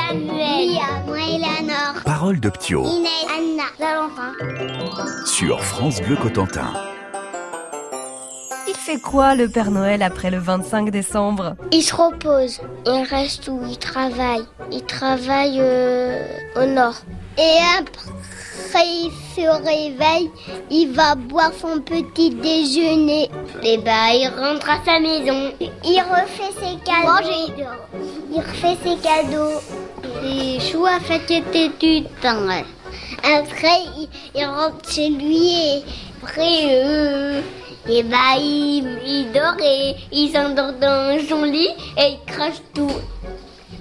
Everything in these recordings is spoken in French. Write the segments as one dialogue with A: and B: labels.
A: Samuel, Lia, moi, Eleanor,
B: Parole de Ptio
A: Inès, Anna, Valentin.
B: sur France Bleu Cotentin.
C: Il fait quoi le Père Noël après le 25 décembre
A: Il se repose. Il reste où il travaille. Il travaille euh, au nord. Et après, il se réveille. Il va boire son petit déjeuner. Et bah, il rentre à sa maison. Il refait ses cadeaux. Il refait ses cadeaux. C'est chou à fêter du temps. Après, il, il rentre chez lui et après, euh, et bah, il, il dort et il s'endort dans son lit et il crache tout.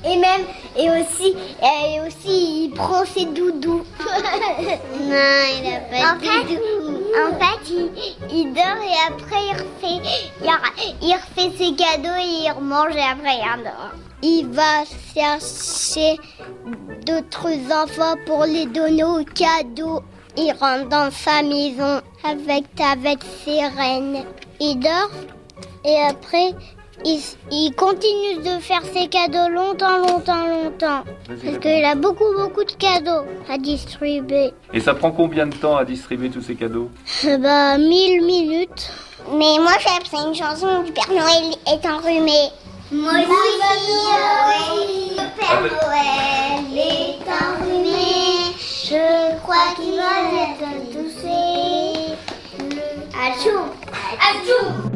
A: Et même, et aussi, et aussi, il prend ses doudous. non, il a pas de doudou. En fait, il, il dort et après, il refait, il, re- il refait ses cadeaux et il remange et après, il dort. Il va chercher d'autres enfants pour les donner aux cadeaux. Il rentre dans sa maison avec, avec ses reines. Il dort et après, il, il continue de faire ses cadeaux longtemps, longtemps, longtemps. Parce qu'il a beaucoup, beaucoup de cadeaux à distribuer.
D: Et ça prend combien de temps à distribuer tous ces cadeaux
A: Euh, Bah, 1000 minutes. Mais moi, j'ai appris une chanson du Père Noël est enrhumé. Moi Ah aussi, le Père Noël est enrhumé. Je crois qu'il va être toussé. Achou Achou